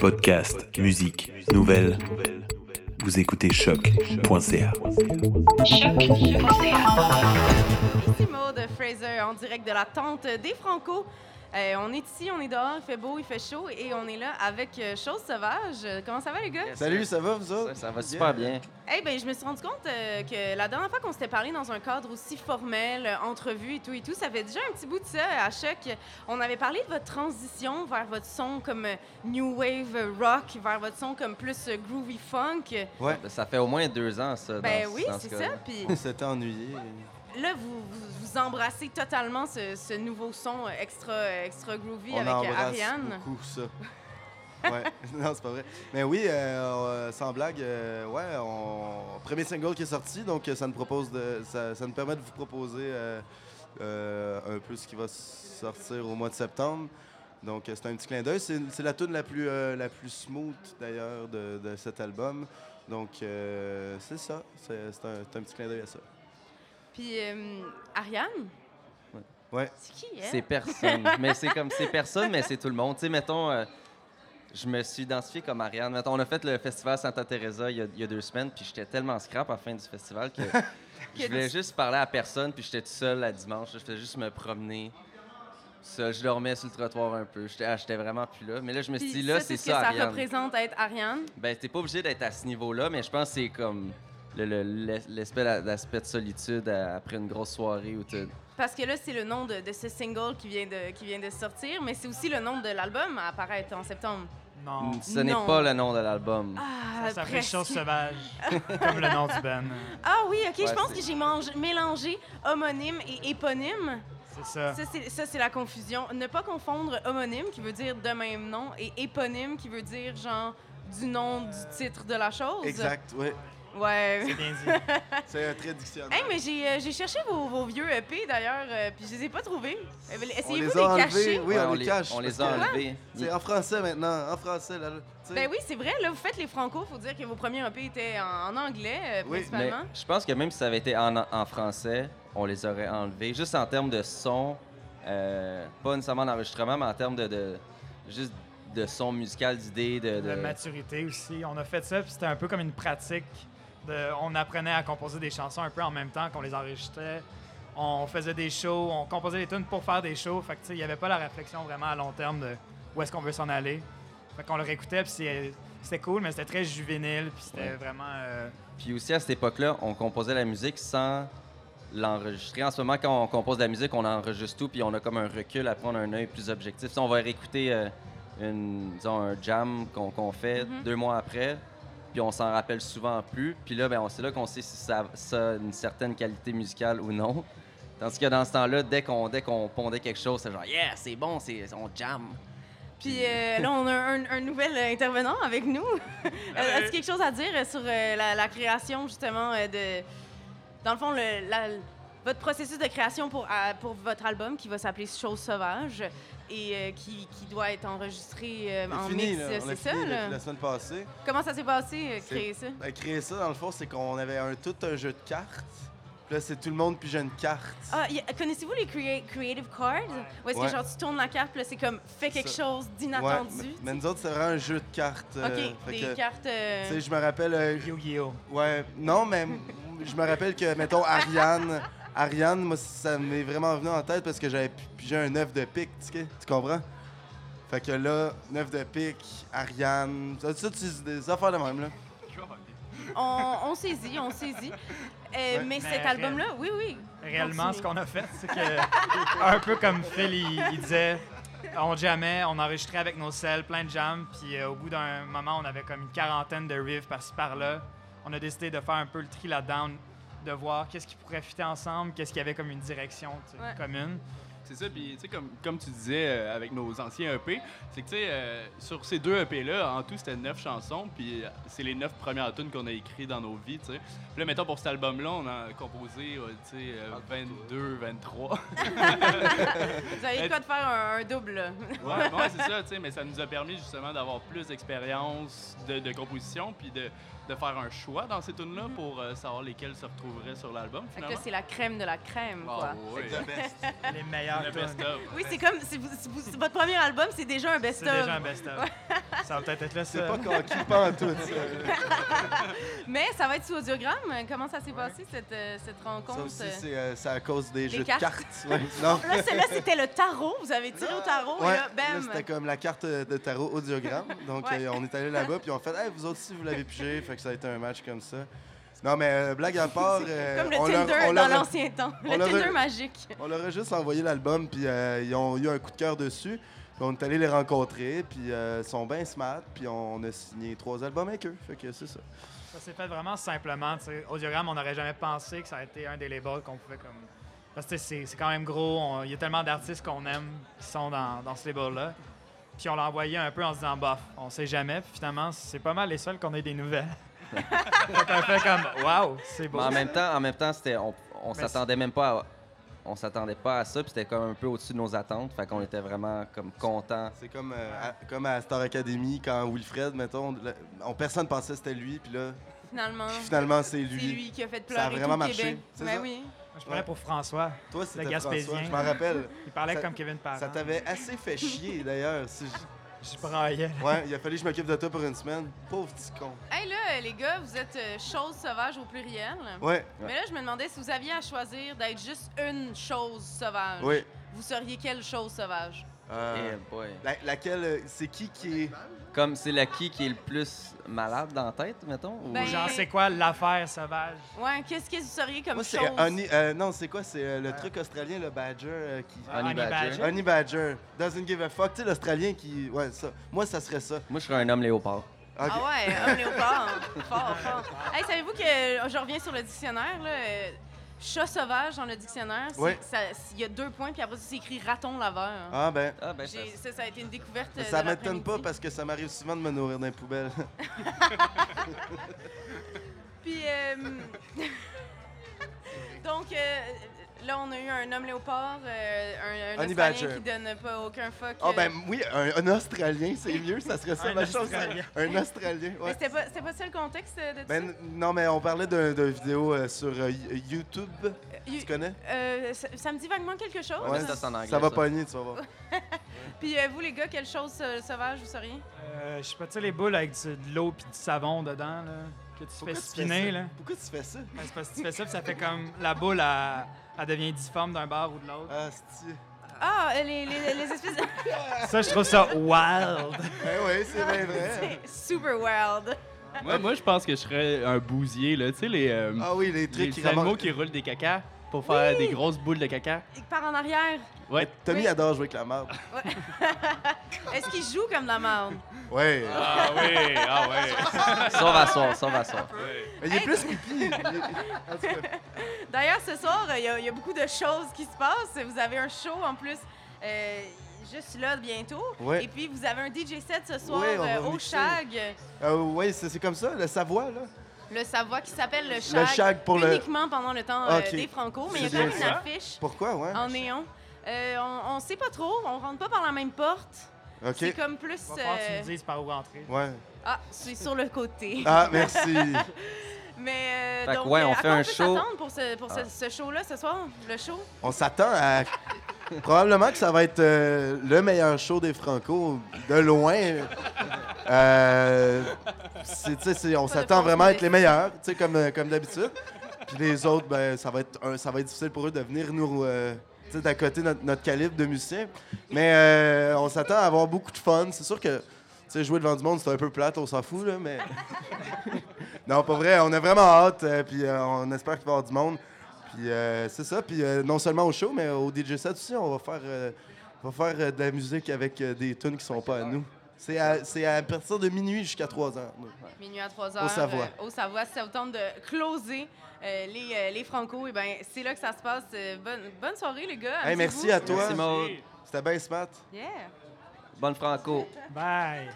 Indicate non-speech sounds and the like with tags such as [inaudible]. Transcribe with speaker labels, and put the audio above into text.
Speaker 1: Podcast, musique, nouvelles. Vous écoutez choc.ca.
Speaker 2: Ici Maud Fraser en direct de la tente des Franco. Euh, on est ici, on est dehors, il fait beau, il fait chaud et on est là avec euh, Chose Sauvage. Euh, Comment ça va les gars?
Speaker 3: Yes.
Speaker 4: Salut, ça va vous autres?
Speaker 3: Ça, ça va super bien.
Speaker 2: Eh ben, je me suis rendu compte euh, que la dernière fois qu'on s'était parlé dans un cadre aussi formel, euh, entrevue et tout et tout, ça fait déjà un petit bout de ça à choc. On avait parlé de votre transition vers votre son comme euh, new wave rock, vers votre son comme plus euh, groovy funk.
Speaker 4: Ouais,
Speaker 3: Ben, Ça fait au moins deux ans, ça.
Speaker 2: Ben
Speaker 3: dans-
Speaker 2: oui,
Speaker 3: dans ce
Speaker 2: c'est ça.
Speaker 3: cas-là.
Speaker 2: Puis
Speaker 4: on [laughs] s'était ennuyé.
Speaker 2: là, vous, vous, vous embrassez totalement ce, ce nouveau son euh, extra, euh, extra groovy
Speaker 4: On
Speaker 2: avec euh,
Speaker 4: embrasse
Speaker 2: Ariane.
Speaker 4: beaucoup ça. [laughs] ouais, [laughs] non, c'est pas vrai. Mais oui, euh, on- sans blague, euh, ouais, on... premier single qui est sorti, donc euh, ça nous, propose de... ça, ça nous permet de vous proposer euh, euh, un peu ce qui va sortir au mois de septembre. Donc euh, c'est un petit clin d'œil. C'est c'est la tune la, plus euh, la plus smooth d'ailleurs de, de cet album. Donc euh, c'est ça, c'est c'est un, c'est un petit clin d'œil à ça.
Speaker 2: Puis euh, Ariane,
Speaker 4: Ouais,
Speaker 2: c'est qui elle?
Speaker 3: C'est personne.
Speaker 2: [laughs]
Speaker 3: mais c'est comme c'est personne, mais c'est tout le monde. Tu sais, mettons, euh, je me suis identifié comme Ariane. Mettons, on a fait le festival Santa Teresa il y a, il y a deux semaines, puis j'étais tellement scrap à la fin du
Speaker 2: [laughs]
Speaker 3: festival que je voulais juste parler à personne, puis j'étais tout seul la dimanche. Je faisais juste me promener. seul. je dormais sur le trottoir un peu. J'étais ah, j'étais vraiment plus là. Mais là, je me suis
Speaker 2: Puis
Speaker 3: dit, là,
Speaker 2: ça,
Speaker 3: c'est
Speaker 2: c'est ce
Speaker 3: ça,
Speaker 2: que ça
Speaker 3: Ariane.
Speaker 2: représente être Ariane.
Speaker 3: Ben, t'es pas obligé d'être à ce niveau-là, mais je pense que c'est comme le- le- l'es- l'espèce d'a- d'aspect de solitude à- après une grosse soirée où tu
Speaker 2: Parce que là, c'est le nom de, de ce single qui vient de, qui vient de sortir, mais c'est aussi le nom de l'album à apparaître en septembre.
Speaker 5: Non,
Speaker 3: Ce n'est
Speaker 2: Non.
Speaker 3: pas le nom de l'album.
Speaker 2: Ah,
Speaker 5: ça s'appelle
Speaker 2: presque. [laughs]
Speaker 5: Chose sauvage, comme le nom du Ben. band.
Speaker 2: Ah oui, OK, je
Speaker 3: Ouais,
Speaker 2: pense
Speaker 3: c'est-
Speaker 2: que j'ai mange- mélangé homonyme et éponyme.
Speaker 5: C'est ça.
Speaker 2: Ça, c'est- Ça, c'est la confusion. Ne pas confondre homonyme, qui veut dire de même nom, et éponyme, qui veut dire, genre, du nom, du titre de la chose.
Speaker 4: exact, ouais.
Speaker 2: Ouais.
Speaker 5: C'est
Speaker 2: [laughs]
Speaker 5: bien dit.
Speaker 4: C'est un très dictionnaire.
Speaker 2: Hey, mais j'ai euh, j'ai cherché vos, vos vieux EP, d'ailleurs, euh, puis je les ai pas trouvés. Euh,
Speaker 4: On
Speaker 2: Essayez-vous
Speaker 4: les
Speaker 2: de
Speaker 4: a
Speaker 2: les
Speaker 4: enlevés,
Speaker 2: cacher.
Speaker 4: oui,
Speaker 3: Ouais,
Speaker 4: on, les cache.
Speaker 3: On
Speaker 4: parce
Speaker 3: les a
Speaker 4: que
Speaker 3: enlevés.
Speaker 4: C'est en français maintenant, en français. Là, là, tu sais.
Speaker 2: Ben oui, c'est vrai. Là, vous faites les franco. Faut dire que vos premiers EP étaient en, en anglais, euh,
Speaker 4: Oui,
Speaker 3: Mais
Speaker 2: principalement.
Speaker 3: je pense que même si ça avait été en, en français, on les aurait enlevés. Juste en termes de son, euh, pas nécessairement d'enregistrement, mais en termes de, de- juste de son musical, d'idées, de, de-
Speaker 5: La maturité aussi. On a fait ça, puis c'était un peu comme une pratique. De, on apprenait à composer des chansons un peu en même temps qu'on les enregistrait. On faisait des shows, on composait des tunes pour faire des shows. Fait que, tu sais, il n'y avait pas la réflexion vraiment à long terme de où est-ce qu'on veut s'en aller. Fait qu'on le réécoutait, puis c'est- c'était cool, mais c'était très juvénile, puis c'était
Speaker 3: Ouais.
Speaker 5: vraiment. euh,
Speaker 3: Puis aussi, à cette époque-là, on composait la musique sans l'enregistrer. En ce moment, quand on compose de la musique, on enregistre tout, puis on a comme un recul, après on a un œil plus objectif. Si on va réécouter euh, une, disons, un jam qu'on qu'on fait
Speaker 2: Mhm.
Speaker 3: deux mois après, puis on s'en rappelle souvent plus. Puis là, ben, on- c'est là qu'on sait si ça, ça a une certaine qualité musicale ou non. Tandis que dans ce temps-là, dès qu'on dès qu'on pondait quelque chose, c'est genre « Yeah, c'est bon, c'est- on jam! »
Speaker 2: Puis euh, là, on a un, un nouvel euh, intervenant avec nous. [laughs] Euh, As-tu
Speaker 5: ouais.
Speaker 2: quelque chose à dire euh, sur euh, la, la création, justement, euh, de. Dans le fond, le- la- votre processus de création pour, à- pour votre album qui va s'appeler Chose sauvage et euh, qui, qui doit être enregistré euh, en
Speaker 4: C'est fini,
Speaker 2: mix,
Speaker 4: là.
Speaker 2: euh,
Speaker 4: On
Speaker 2: c'est
Speaker 4: l'a
Speaker 2: ça?
Speaker 4: fini
Speaker 2: là?
Speaker 4: depuis la semaine passée.
Speaker 2: Comment ça s'est passé, euh,
Speaker 4: C'est-
Speaker 2: créer ça?
Speaker 4: Ben, créer ça, dans le fond, c'est qu'on avait un, tout un jeu de cartes. Puis là, c'est tout le monde puis j'ai une carte.
Speaker 2: Ah, y- connaissez-vous les crea- Creative Cards? Ou est-ce que
Speaker 4: Ouais.
Speaker 2: genre tu tournes la carte, puis là, c'est comme fais quelque
Speaker 4: Ça.
Speaker 2: chose
Speaker 4: Ouais,
Speaker 2: d'inattendu?
Speaker 4: mais,
Speaker 2: tu
Speaker 4: mais nous autres, c'est vraiment un jeu de cartes.
Speaker 2: OK,
Speaker 4: euh, fait
Speaker 2: des
Speaker 4: que,
Speaker 2: cartes. euh,
Speaker 4: tu sais, je me rappelle. euh,
Speaker 5: Yu-Gi-Oh!
Speaker 4: ouais, non, mais m- je me rappelle que, mettons, Ariane. Ariane, moi, ça m'est vraiment venu en tête parce que j'avais pi- pigé un œuf de pique, tu, sais, tu comprends? Fait que là, 9 de pique, Ariane, ça, ça, c'est des affaires de même, là.
Speaker 2: on, on saisit, on saisit. Euh, mais cet
Speaker 5: Mais
Speaker 2: album-là, oui, oui.
Speaker 5: Réellement,
Speaker 2: Continue.
Speaker 5: ce qu'on a fait, c'est que, un peu comme Phil, il, il disait, on jamais, on enregistrait avec nos selles plein de jams, puis euh, au bout d'un moment, on avait comme une quarantaine de riffs par-ci par-là. On a décidé de faire un peu le tri là-dedans, de voir qu'est-ce qui pourrait fitter ensemble, qu'est-ce qu'il y avait comme une direction tu sais,
Speaker 2: Ouais.
Speaker 5: commune.
Speaker 6: C'est ça, puis tu sais, comme, comme tu disais euh, avec nos anciens EP, c'est que tu sais, euh, sur ces deux EP-là, en tout, c'était neuf chansons, puis euh, c'est les neuf premières tunes qu'on a écrites dans nos vies, tu sais. Puis là, mettons, pour cet album-là, on a composé, euh, tu sais, euh, 22, 23.
Speaker 2: Vous avez le
Speaker 6: Mais-
Speaker 2: quoi de faire un, un double. [laughs] là.
Speaker 6: [laughs] ouais, ouais, c'est ça, tu sais, mais ça nous a permis justement d'avoir plus d'expérience de, de composition, puis de, de faire un choix dans ces tunes-là pour euh, savoir lesquelles se retrouveraient sur l'album,
Speaker 2: Fait que là,
Speaker 6: finalement.
Speaker 2: c'est la crème de la crème,
Speaker 6: Ah,
Speaker 2: quoi.
Speaker 6: ouais.
Speaker 4: best.
Speaker 5: Les meilleurs meilleure
Speaker 6: Le
Speaker 5: tune.
Speaker 6: best-of.
Speaker 2: Oui, c'est comme si vous- si vous- si votre premier album, c'est déjà un
Speaker 5: C'est
Speaker 2: best-of.
Speaker 5: déjà un best-of. Ça va peut-être être le
Speaker 4: C'est
Speaker 5: seul.
Speaker 4: pas conquis, pas en tout. ça.
Speaker 2: Mais ça va être sous audiogramme. Comment ça s'est passé, cette, euh, cette rencontre?
Speaker 4: Ça aussi, c'est euh, c'est à cause des, jeux
Speaker 2: cartes.
Speaker 4: de cartes.
Speaker 2: [laughs]
Speaker 4: ouais. Non.
Speaker 2: Là, celle-là, c'était le tarot. Vous avez tiré au tarot et
Speaker 4: Ouais,
Speaker 2: Oh, là,
Speaker 4: là,
Speaker 2: bam!
Speaker 4: c'était comme la carte euh, de tarot
Speaker 2: [laughs]
Speaker 4: audiogramme. Donc,
Speaker 2: Ouais.
Speaker 4: euh, on est allé là-bas, puis on fait Hey, vous autres aussi, vous l'avez pigé. Fait que ça a été un match comme ça. Non, mais euh,
Speaker 2: [laughs]
Speaker 4: blague à part. euh,
Speaker 2: Comme le
Speaker 4: on leur-
Speaker 2: Tinder
Speaker 4: on
Speaker 2: dans
Speaker 4: leur-
Speaker 2: l'ancien temps.
Speaker 4: on
Speaker 2: Le
Speaker 4: leur-
Speaker 2: Tinder magique.
Speaker 4: On leur a juste envoyé l'album, puis euh, ils ont eu un coup de cœur dessus. Puis on est allé les rencontrer, puis euh, ils sont bien smart, puis on a signé trois albums avec eux. Fait que c'est ça.
Speaker 5: Ça s'est fait vraiment simplement. tu sais. Audiogramme, on n'aurait jamais pensé que ça a été un des labels qu'on pouvait comme. Parce que tu sais, c'est c'est quand même gros. on- Il y a tellement d'artistes qu'on aime qui sont dans, dans ce label-là. Puis on l'a envoyé un peu en se disant, bof, on sait jamais. Puis finalement, c'est pas mal les seuls qu'on ait
Speaker 4: [laughs]
Speaker 5: des nouvelles. Fait qu'on fait comme, waouh, c'est beau.
Speaker 3: Mais en même temps, en même temps, c'était on, on
Speaker 5: Mais
Speaker 3: s'attendait même pas à on s'attendait pas à ça, puis c'était comme un peu au-dessus de nos attentes, fait qu'on était vraiment comme contents.
Speaker 4: C'est comme, euh, à, comme à Star Academy, quand Wilfred, mettons, le- on, personne pensait que c'était lui, puis là,
Speaker 2: Finalement,
Speaker 4: finalement, c'est
Speaker 2: c'est
Speaker 4: lui.
Speaker 2: lui qui a fait pleurer
Speaker 4: Ça a
Speaker 2: tout
Speaker 4: vraiment
Speaker 2: le
Speaker 4: marché,
Speaker 2: Québec.
Speaker 4: c'est
Speaker 2: Ben
Speaker 4: ça?
Speaker 2: oui.
Speaker 5: Je parlais pour François.
Speaker 4: Toi, c'était
Speaker 5: Le
Speaker 4: François,
Speaker 5: Gaspésien. Ah.
Speaker 4: je m'en rappelle.
Speaker 5: Il parlait
Speaker 4: Ça-
Speaker 5: comme Kevin Parent.
Speaker 4: Ça t'avait assez fait chier, d'ailleurs. si je-
Speaker 5: J'y braillais.
Speaker 4: Ouais, il a fallu que je m'occupe de toi pour une semaine. Pauvre petit con.
Speaker 2: Hey là, les gars, vous êtes euh, chose sauvage au pluriel.
Speaker 4: Ouais,
Speaker 2: Mais là, je me demandais si vous aviez à choisir d'être juste une chose sauvage.
Speaker 4: oui.
Speaker 2: Vous seriez quelle chose sauvage?
Speaker 4: Euh,
Speaker 3: Eh boy.
Speaker 4: la- laquelle, euh, c'est qui qui est...
Speaker 3: Comme c'est la qui qui est le plus malade dans la tête, mettons? ou-
Speaker 2: Ben,
Speaker 5: Genre, c'est quoi l'affaire sauvage?
Speaker 2: Ouais, qu'est-ce que vous seriez comme
Speaker 4: Moi, c'est
Speaker 2: chose?
Speaker 4: euh, Honey- euh, non, c'est quoi? C'est euh, le truc australien, le Badger euh, qui.
Speaker 2: Ah,
Speaker 3: Honey
Speaker 5: Honey
Speaker 3: Badger.
Speaker 5: Badger.
Speaker 4: Honey Badger. Doesn't give a fuck. Tu sais, l'Australien qui. Ouais, ça. Moi, ça serait ça.
Speaker 3: Moi, je serais un homme léopard.
Speaker 4: Ok.
Speaker 2: Ah ouais, homme léopard.
Speaker 4: [laughs]
Speaker 2: fort, fort. Hey, savez-vous que euh, je reviens sur le dictionnaire, là, euh, chat sauvage dans le dictionnaire, c'est-
Speaker 4: Ouais.
Speaker 2: ça- il y a deux points, puis après ça, c'est écrit raton laveur.
Speaker 4: Ah, ben.
Speaker 3: Ah, ben, ça-
Speaker 2: J'ai- ça, ça a été une découverte. euh,
Speaker 4: Ça
Speaker 2: de
Speaker 4: m'étonne pas
Speaker 2: l'après-midi.
Speaker 4: parce que ça m'arrive souvent de me nourrir d'un poubelle.
Speaker 2: Puis, euh,
Speaker 4: [laughs]
Speaker 2: donc, euh, là, on a eu un homme léopard, euh, un, un
Speaker 4: Honey
Speaker 2: Australien
Speaker 4: Badger.
Speaker 2: qui donne pas aucun fuck.
Speaker 4: [laughs] Ah,
Speaker 2: euh,
Speaker 4: ben oui, un, un Australien, c'est mieux, ça serait ça
Speaker 5: Un
Speaker 4: ma chose.
Speaker 5: Australien.
Speaker 4: Un Australien,
Speaker 2: Mais
Speaker 4: ouais.
Speaker 2: c'était pas, c'était pas ça le contexte euh, de tout
Speaker 4: Ben, non, mais on parlait d'un- d'une vidéo euh, sur euh, Y- YouTube.
Speaker 2: ça?
Speaker 4: Tu
Speaker 2: Il-
Speaker 4: connais?
Speaker 2: euh, ça, ça me dit vaguement quelque chose.
Speaker 3: Ouais, mais Oh, ça, c'est en anglais,
Speaker 4: ça va
Speaker 3: ça.
Speaker 4: pogner, tu vas voir.
Speaker 2: Puis euh, vous, les gars, quelle chose euh, sauvage vous seriez?
Speaker 5: Euh, je sais pas, tu sais, les boules avec du- de l'eau puis du savon dedans, là, que tu fais
Speaker 4: tu fais
Speaker 5: spinner,
Speaker 4: ça?
Speaker 5: là.
Speaker 4: Pourquoi tu fais ça?
Speaker 5: Ouais, Ben, c'est parce que si tu fais ça, puis ça fait comme la boule, elle, elle devient difforme d'un bar ou de l'autre.
Speaker 4: Ah, c'est.
Speaker 2: Ah, euh, les, les, les espèces de...
Speaker 5: Ça, je trouve [laughs] ça wild.
Speaker 4: Ben oui, c'est bien
Speaker 3: [laughs]
Speaker 4: vrai. [laughs]
Speaker 2: C'est [laughs] super wild.
Speaker 6: Moi, moi, je pense que je serais un bousier, là. Tu sais, les, euh,
Speaker 4: Ah oui, les
Speaker 6: les
Speaker 4: trucs qui
Speaker 6: animaux
Speaker 4: ramassent.
Speaker 6: qui roulent des cacas pour faire des grosses boules de caca.
Speaker 2: Il part en arrière.
Speaker 6: Ouais.
Speaker 4: Tommy
Speaker 2: Oui.
Speaker 4: adore jouer avec la marde.
Speaker 2: Est-ce qu'il joue comme de la merde?
Speaker 4: Ouais.
Speaker 6: Ah oui, ah oui.
Speaker 3: Sauve à soir, sauve à soir.
Speaker 4: Mais il est plus pipi. Il est- En tout cas,
Speaker 2: D'ailleurs, ce soir, euh, il y, a- il y a beaucoup de choses qui se passent. Vous avez un show en plus euh, juste là bientôt.
Speaker 4: Ouais.
Speaker 2: Et puis, vous avez un DJ set ce soir
Speaker 4: Ouais, on va
Speaker 2: euh, au
Speaker 4: mixer.
Speaker 2: Chag.
Speaker 4: euh, ouais, c'est c'est comme ça, le Savoie, là.
Speaker 2: Le Savoie qui s'appelle le Chag.
Speaker 4: Chag pour le-
Speaker 2: Uniquement pendant le temps euh,
Speaker 4: Ok.
Speaker 2: des Franco. Mais il y a
Speaker 4: C'est
Speaker 2: quand même une
Speaker 4: bien ça.
Speaker 2: affiche
Speaker 4: Pourquoi, ouais?
Speaker 2: en néon. Euh, on, on sait pas trop. On rentre pas par la même porte.
Speaker 4: OK.
Speaker 2: C'est comme plus...
Speaker 5: Va falloir que tu
Speaker 2: euh,
Speaker 5: me dises par où entrer.
Speaker 4: Ouais.
Speaker 2: Ah, c'est sur le
Speaker 4: [laughs]
Speaker 2: côté. [laughs]
Speaker 4: Ah, merci.
Speaker 2: Mais euh,
Speaker 3: Fait que
Speaker 2: donc,
Speaker 3: ouais,
Speaker 2: euh,
Speaker 3: on
Speaker 2: à
Speaker 3: fait
Speaker 2: quoi
Speaker 3: un
Speaker 2: peut
Speaker 3: show.
Speaker 2: s'attendre pour ce, pour ce-
Speaker 3: Ah.
Speaker 2: ce show-là ce soir, le show.
Speaker 4: On s'attend à. Probablement que ça va être euh, le meilleur show des Franco, de loin. Euh, c'est- tu sais, c'est- on
Speaker 2: Pas de
Speaker 4: s'attend
Speaker 2: fausse
Speaker 4: vraiment à être
Speaker 2: modestie.
Speaker 4: les meilleurs, tu sais, comme, euh, comme d'habitude. Puis les autres, ben, ça, va être, un- ça va être difficile pour eux de venir nous. euh, tu sais, d'à côté notre, notre calibre de musiciens. Mais euh, on s'attend à avoir beaucoup de fun. C'est sûr que tu sais, jouer devant du monde, c'est un peu plate, on s'en fout, là, mais. non, pas vrai, on a vraiment hâte, euh, puis euh, on espère qu'il va y avoir du monde. Puis euh, c'est ça, puis euh, non seulement au show, mais au DJ set aussi, on va faire, euh, on va faire euh, de la musique avec euh, des tunes qui sont pas à nous. C'est à, c'est à partir de minuit jusqu'à 3 heures. nous.
Speaker 2: Minuit à 3 heures.
Speaker 4: Savoie.
Speaker 2: euh, au Savoie, si ça vous tente de closer euh, les, euh, les Franco, et ben c'est là que ça se passe. Euh, bonne, bonne soirée, les gars.
Speaker 4: Hey,
Speaker 2: Amusez-vous.
Speaker 4: merci à toi.
Speaker 3: Merci, Maud.
Speaker 4: C'était bien smart.
Speaker 2: Yeah.
Speaker 3: Bonne franco.
Speaker 5: Bye.